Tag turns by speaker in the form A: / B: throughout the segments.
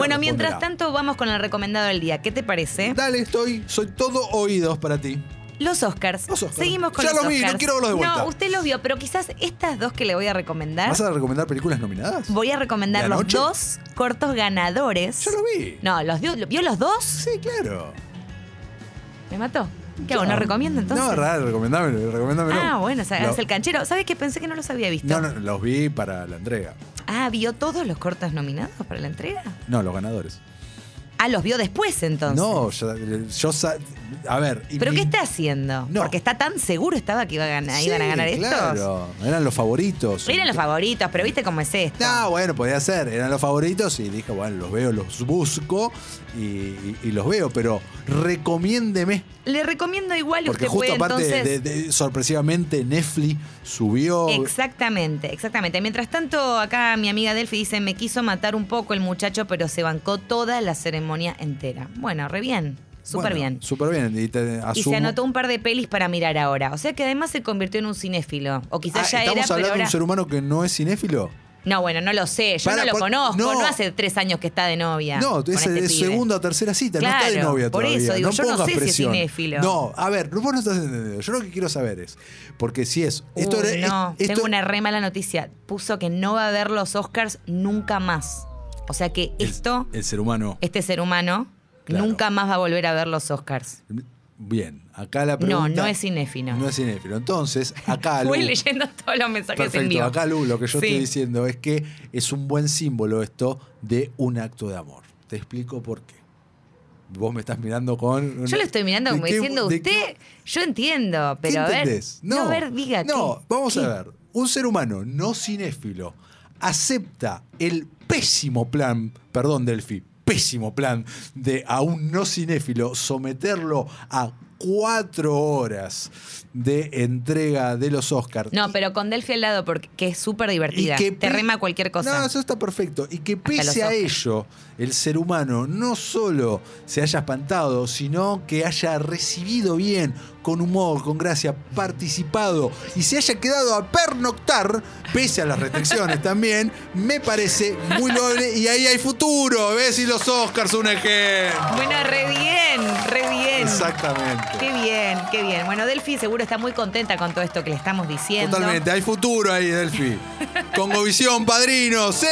A: Bueno, mientras
B: ponderado.
A: tanto, vamos con el recomendado del día. ¿Qué te parece?
B: Dale, estoy, soy todo oídos para ti.
A: Los Oscars.
B: Los Oscars.
A: Seguimos con
B: Ya
A: los
B: los vi, no
A: Oscars.
B: quiero verlos de vuelta.
A: No, usted los vio, pero quizás estas dos que le voy a recomendar.
B: ¿Vas a recomendar películas nominadas?
A: Voy a recomendar
B: ¿De
A: los
B: anoche?
A: dos cortos ganadores.
B: Yo lo vi.
A: No, ¿los dio- ¿vio los dos?
B: Sí, claro.
A: ¿Me mató? ¿Qué hago? ¿No recomiendo entonces?
B: No, raro, recomendámelo, recomendámelo.
A: Ah, bueno, o sea,
B: Lo-
A: es el canchero. ¿Sabes qué? Pensé que no los había visto.
B: No, no, los vi para la entrega.
A: Ah, ¿vio todos los cortos nominados para la entrega?
B: No, los ganadores.
A: Ah, los vio después entonces.
B: No, yo, yo sa- a ver. y-
A: ¿Pero qué está haciendo?
B: No.
A: Porque está tan seguro estaba que iba a ganar,
B: Sí,
A: iban a ganar estos.
B: Claro, eran los favoritos.
A: Eran los favoritos, pero viste cómo es esto.
B: No, bueno, podía ser, eran los favoritos y dije, bueno, los veo, los busco y, y- y los veo, pero recomiéndeme.
A: Le recomiendo igual y
B: Porque
A: usted
B: justo
A: puede
B: aparte,
A: entonces.
B: de- de- sorpresivamente, Netflix subió.
A: Exactamente, exactamente. Mientras tanto, acá mi amiga Delphi dice, me quiso matar un poco el muchacho, pero se bancó toda la ceremonia entera. Bueno, re bien, súper
B: Bueno,
A: bien.
B: Súper bien. Y, te
A: Y
B: asumo-
A: se anotó un par de pelis para mirar ahora. O sea que además se convirtió en un cinéfilo. O
B: Ah,
A: quizás ya
B: ¿Estamos
A: era,
B: hablando
A: pero
B: de
A: ahora...
B: un ser humano que no es cinéfilo?
A: No, bueno, no lo sé. Yo
B: Para,
A: no lo
B: por-
A: conozco. No.
B: no.
A: hace tres años que está de novia.
B: No,
A: con
B: es
A: este
B: de
A: pibe.
B: segunda o tercera cita, no está de
A: Claro,
B: novia
A: por
B: todavía.
A: eso digo,
B: no
A: yo no
B: pongas
A: sé si es
B: presión.
A: cinéfilo.
B: No, a ver, vos no estás entendiendo. Yo lo que quiero saber es, porque si es... Esto
A: Uy,
B: era- es-
A: no,
B: esto-
A: tengo una re mala noticia. Puso que no va a haber los Oscars nunca más. O sea que
B: el-
A: esto,
B: El, ser humano.
A: este ser humano,
B: Claro.
A: nunca más va a volver a ver los Oscars.
B: Bien, acá la pregunta...
A: no es cinéfilo.
B: No es cinéfilo. Entonces, acá... Lu,
A: Voy leyendo todos los mensajes que
B: perfecto,
A: envió.
B: acá Lu, lo que yo
A: Sí.
B: estoy diciendo es que es un buen símbolo esto de un acto de amor. Te explico por qué. Vos me estás mirando con...
A: Yo lo estoy mirando
B: ¿De
A: como
B: qué-
A: diciendo,
B: de qué-
A: usted, yo entiendo,
B: ¿Qué
A: pero a ver.
B: entendés?
A: No, a ver, diga.
B: No,
A: ¿qué?
B: vamos
A: ¿Qué?
B: a ver. Un ser humano no cinéfilo acepta el pésimo plan, perdón, Delphi, pésimo plan de a un no cinéfilo someterlo a cuatro horas de entrega de los Oscars.
A: No, pero con Delphi al lado, porque que es súper divertida. Te
B: pe-
A: rema cualquier cosa.
B: No, eso está perfecto. Y que
A: los
B: pese a
A: Oscars.
B: ello, el ser humano no solo se haya espantado, sino que haya recibido bien, con humor, con gracia, participado y se haya quedado a pernoctar, pese a las restricciones también, me parece muy loable y ahí hay futuro. ¿Ves? Y los Oscars un ejemplo.
A: Bueno, re bien, re bien. Qué
B: Exactamente.
A: bien, qué bien. Bueno, Delphi seguro está muy contenta con todo esto que le estamos diciendo.
B: Totalmente, hay futuro ahí, Delphi. Congovisión, padrino, ¡sí!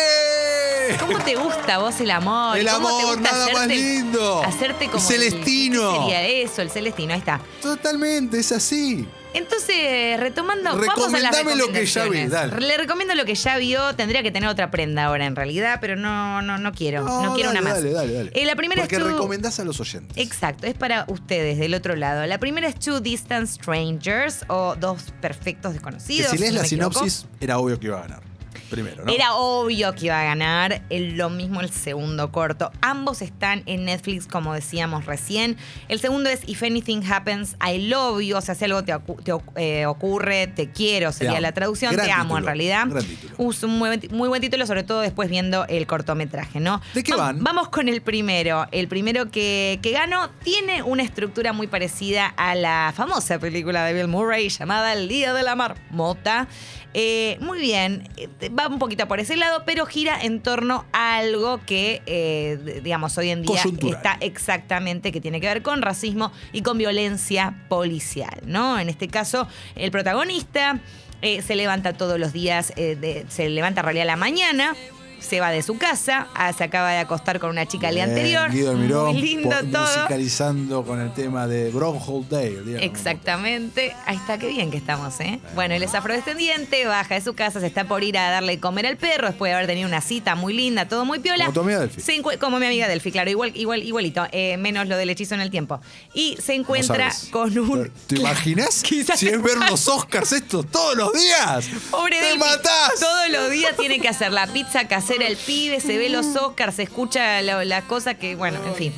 A: ¿Cómo te gusta a vos el amor?
B: El
A: ¿Cómo te
B: amor,
A: gusta
B: nada más lindo.
A: Hacerte como.
B: El celestino.
A: ¿qué sería eso, el celestino, ahí está.
B: Totalmente, es así.
A: Entonces, retomando, vamos a las
B: Recomendame lo que ya vi,
A: recomendaciones.
B: dale.
A: Le recomiendo lo que ya vio. Tendría que tener otra prenda ahora, en realidad, pero no, no, no quiero. No, quiero
B: Ah, dale,
A: una más.
B: Dale, dale, dale.
A: Eh, la primera
B: Porque
A: estuvo-
B: recomendás a los oyentes.
A: Exacto, es para ustedes del otro lado. La primera es Two Distant Strangers o Dos Perfectos
B: Que
A: Desconocidos.
B: si lees la
A: no me equivoco.
B: sinopsis, era obvio que iba a ganar. Primero, ¿no?
A: Era obvio que iba a ganar el- lo mismo el segundo corto. Ambos están en Netflix, como decíamos recién. El segundo es If Anything Happens, I Love You. O sea, si algo te, ocu- te oc- eh, ocurre, te quiero, sería
B: amo.
A: la traducción.
B: Gran
A: te amo, en
B: título,
A: realidad.
B: gran título.
A: Es un muy, buen- muy buen título, sobre todo después viendo el cortometraje, ¿no?
B: ¿De qué
A: Vam-
B: van?
A: Vamos con el primero. El primero que, que ganó tiene una estructura muy parecida a la famosa película de Bill Murray llamada El Día de la Marmota. Eh, muy bien, eh, va un poquito por ese lado, pero gira en torno a algo que, eh, d- digamos, hoy en día
B: Coyuntural.
A: está exactamente, que tiene que ver con racismo y con violencia policial, ¿no? En este caso, el protagonista eh, se levanta todos los días, eh, de- se levanta en realidad a la mañana. Se va de su casa, ah, se acaba de acostar con una chica el día
B: Bien,
A: anterior.
B: Guido Almirón,
A: muy lindo
B: po-
A: todo.
B: musicalizando con el tema de Groundhog Day. el día, ¿no?
A: Exactamente. Ahí está, qué bien que estamos, ¿eh? Bueno, él es afrodescendiente, baja de su casa, se está por ir a darle de comer al perro, después de haber tenido una cita muy linda, todo muy piola.
B: Como tu amiga Delphi.
A: Se encue- como mi amiga Delphi, claro, igual, igual, igualito, eh, menos lo del hechizo en el tiempo. Y se
B: No
A: encuentra
B: sabes.
A: con un.
B: ¿Te imaginas?
A: Quizás-
B: Si es ver los Oscars estos todos los días.
A: Pobre
B: ¡Te
A: Delphi,
B: matás!
A: Todos los días tiene que hacer la pizza casera el pibe, se ve los Oscars, se escucha la- las cosas que, bueno, en fin.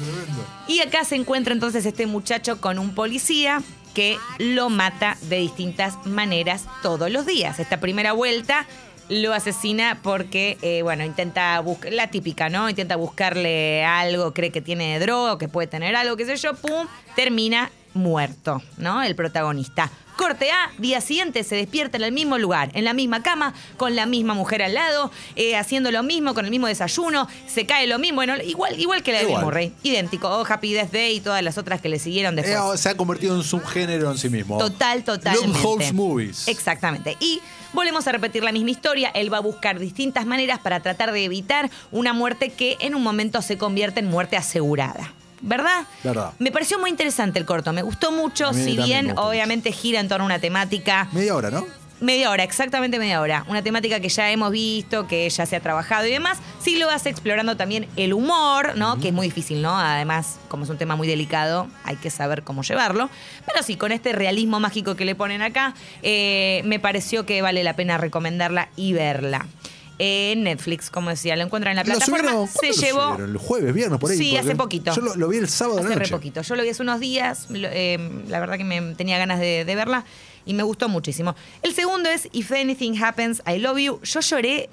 A: Y acá se encuentra entonces este muchacho con un policía que lo mata de distintas maneras todos los días. Esta primera vuelta lo asesina porque, eh, bueno, intenta buscar, la típica, ¿no? Intenta buscarle algo, cree que tiene droga o que puede tener algo, qué sé yo, pum, termina muerto, ¿no? El protagonista. Corte A, día siguiente se despierta en el mismo lugar, en la misma cama, con la misma mujer al lado, eh, haciendo lo mismo, con el mismo desayuno, se cae lo mismo, bueno, igual, igual que la de Bill
B: Igual.
A: Murray. Idéntico. O Happy Death Day y todas las otras que le siguieron después.
B: Eh, se ha convertido en un subgénero en sí mismo.
A: Total, totalmente.
B: House Movies.
A: Exactamente. Y volvemos a repetir la misma historia. Él va a buscar distintas maneras para tratar de evitar una muerte que en un momento se convierte en muerte asegurada. ¿Verdad?
B: Verdad.
A: Me pareció muy interesante el corto, me gustó mucho,
B: A mí
A: si
B: también me
A: bien
B: gustó mucho.
A: obviamente gira en torno a una temática
B: Media hora, ¿no?
A: Media hora, exactamente media hora. Una temática que ya hemos visto, que ya se ha trabajado y demás. Sí lo vas explorando también el humor, ¿no? Que es muy difícil, ¿no? Además, como es un tema muy delicado, hay que saber cómo llevarlo. Pero sí, con este realismo mágico que le ponen acá, eh, me pareció que vale la pena recomendarla y verla. En Netflix, como decía, lo encuentran en la
B: Lo
A: plataforma.
B: subieron-
A: se
B: ¿cuándo lo
A: llevó
B: subieron? El jueves, viernes, por ahí.
A: Sí,
B: Porque
A: hace poquito.
B: Yo lo, lo vi el sábado de
A: hace
B: la
A: re
B: noche.
A: poquito. Yo lo vi hace unos días, lo- eh, la verdad que me tenía ganas de, de verla y me gustó muchísimo. El segundo es If Anything Happens, I Love You. Yo lloré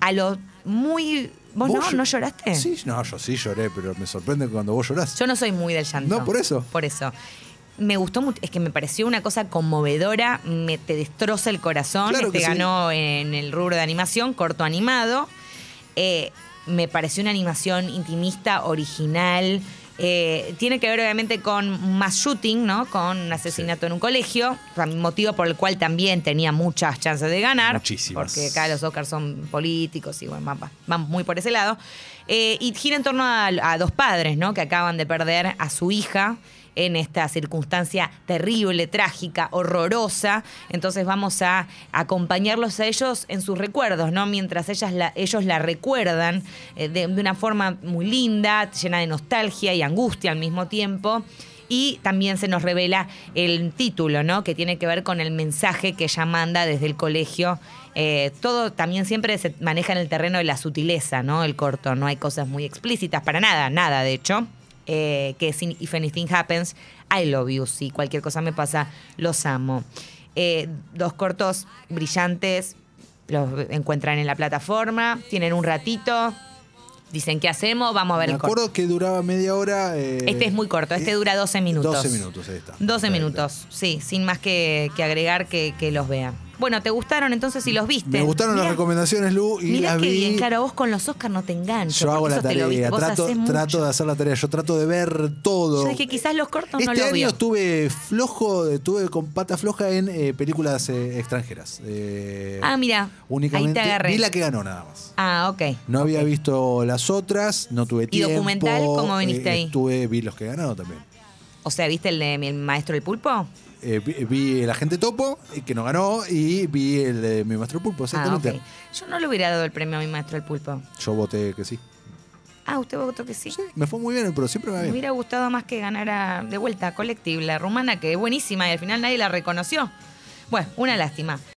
A: a lo muy... ¿Vos, no?
B: llor-
A: ¿No lloraste?
B: Sí, no, yo sí lloré, pero me sorprende cuando vos llorás.
A: Yo no soy muy del llanto.
B: No, por eso.
A: Por eso. Me gustó mucho, es que me pareció una cosa conmovedora, me te destroza el corazón.
B: Claro
A: este
B: que sí.
A: ganó en el rubro de animación, corto animado. Eh, me pareció una animación intimista, original. Eh, tiene que ver obviamente con más shooting, ¿no? Con un asesinato en un colegio, ra- motivo por el cual también tenía muchas chances de ganar.
B: Muchísimas.
A: Porque acá los Oscars son políticos y bueno, van, van muy por ese lado. Eh, y gira en torno a, a dos padres, ¿no? Que acaban de perder a su hija en esta circunstancia terrible, trágica, horrorosa. Entonces vamos a acompañarlos a ellos en sus recuerdos, ¿no? Mientras ellas la- ellos la recuerdan eh, de, de una forma muy linda, llena de nostalgia y angustia al mismo tiempo. Y también se nos revela el título, ¿no? Que tiene que ver con el mensaje que ella manda desde el colegio. Eh, todo también siempre se maneja en el terreno de la sutileza, ¿no? El corto, no hay cosas muy explícitas para nada, nada de hecho. Eh, que es in- If Anything Happens, I Love You. Si cualquier cosa me pasa, los amo. Eh, dos cortos brillantes, los encuentran en la plataforma, tienen un ratito, dicen, ¿qué hacemos? Vamos a ver
B: me
A: el corto.
B: acuerdo que duraba media hora. eh,
A: Este es muy corto, este
B: eh,
A: dura 12 minutos.
B: 12 minutos, ahí está.
A: 12
B: Perfecto.
A: minutos, sí, sin más que, que agregar que, que los vean. Bueno, ¿te gustaron entonces si los viste?
B: Me gustaron las
A: Mirá,
B: recomendaciones, Lu, y
A: Mirá
B: las
A: qué
B: vi.
A: bien, claro, vos con los Oscars no te enganchas.
B: Yo hago la tarea, trato, trato de hacer la tarea, yo trato de ver todo.
A: Yo dije, quizás los cortos no
B: este
A: los
B: año
A: vio.
B: estuve flojo, estuve con pata floja en eh, películas eh, extranjeras. Eh,
A: Ah, mira,
B: únicamente.
A: ahí te agarré.
B: Vi la que ganó nada más.
A: Ah, ok.
B: No había visto las otras, no tuve tiempo. eh,
A: documental cómo viniste ahí?
B: Estuve, vi los que ganaron también.
A: O sea, ¿viste el de mi maestro del pulpo?
B: Eh, vi, vi el agente topo, eh, que no ganó, y vi el de mi maestro pulpo,
A: Ah,
B: exactamente.
A: ok. Yo no le hubiera dado el premio a mi maestro del pulpo.
B: Yo voté que sí.
A: Ah, usted votó que sí.
B: Sí, me fue muy bien, pero siempre me va
A: Me
B: bien.
A: hubiera gustado más que ganara de vuelta Collective, la rumana, que es buenísima y al final nadie la reconoció. Bueno, una lástima.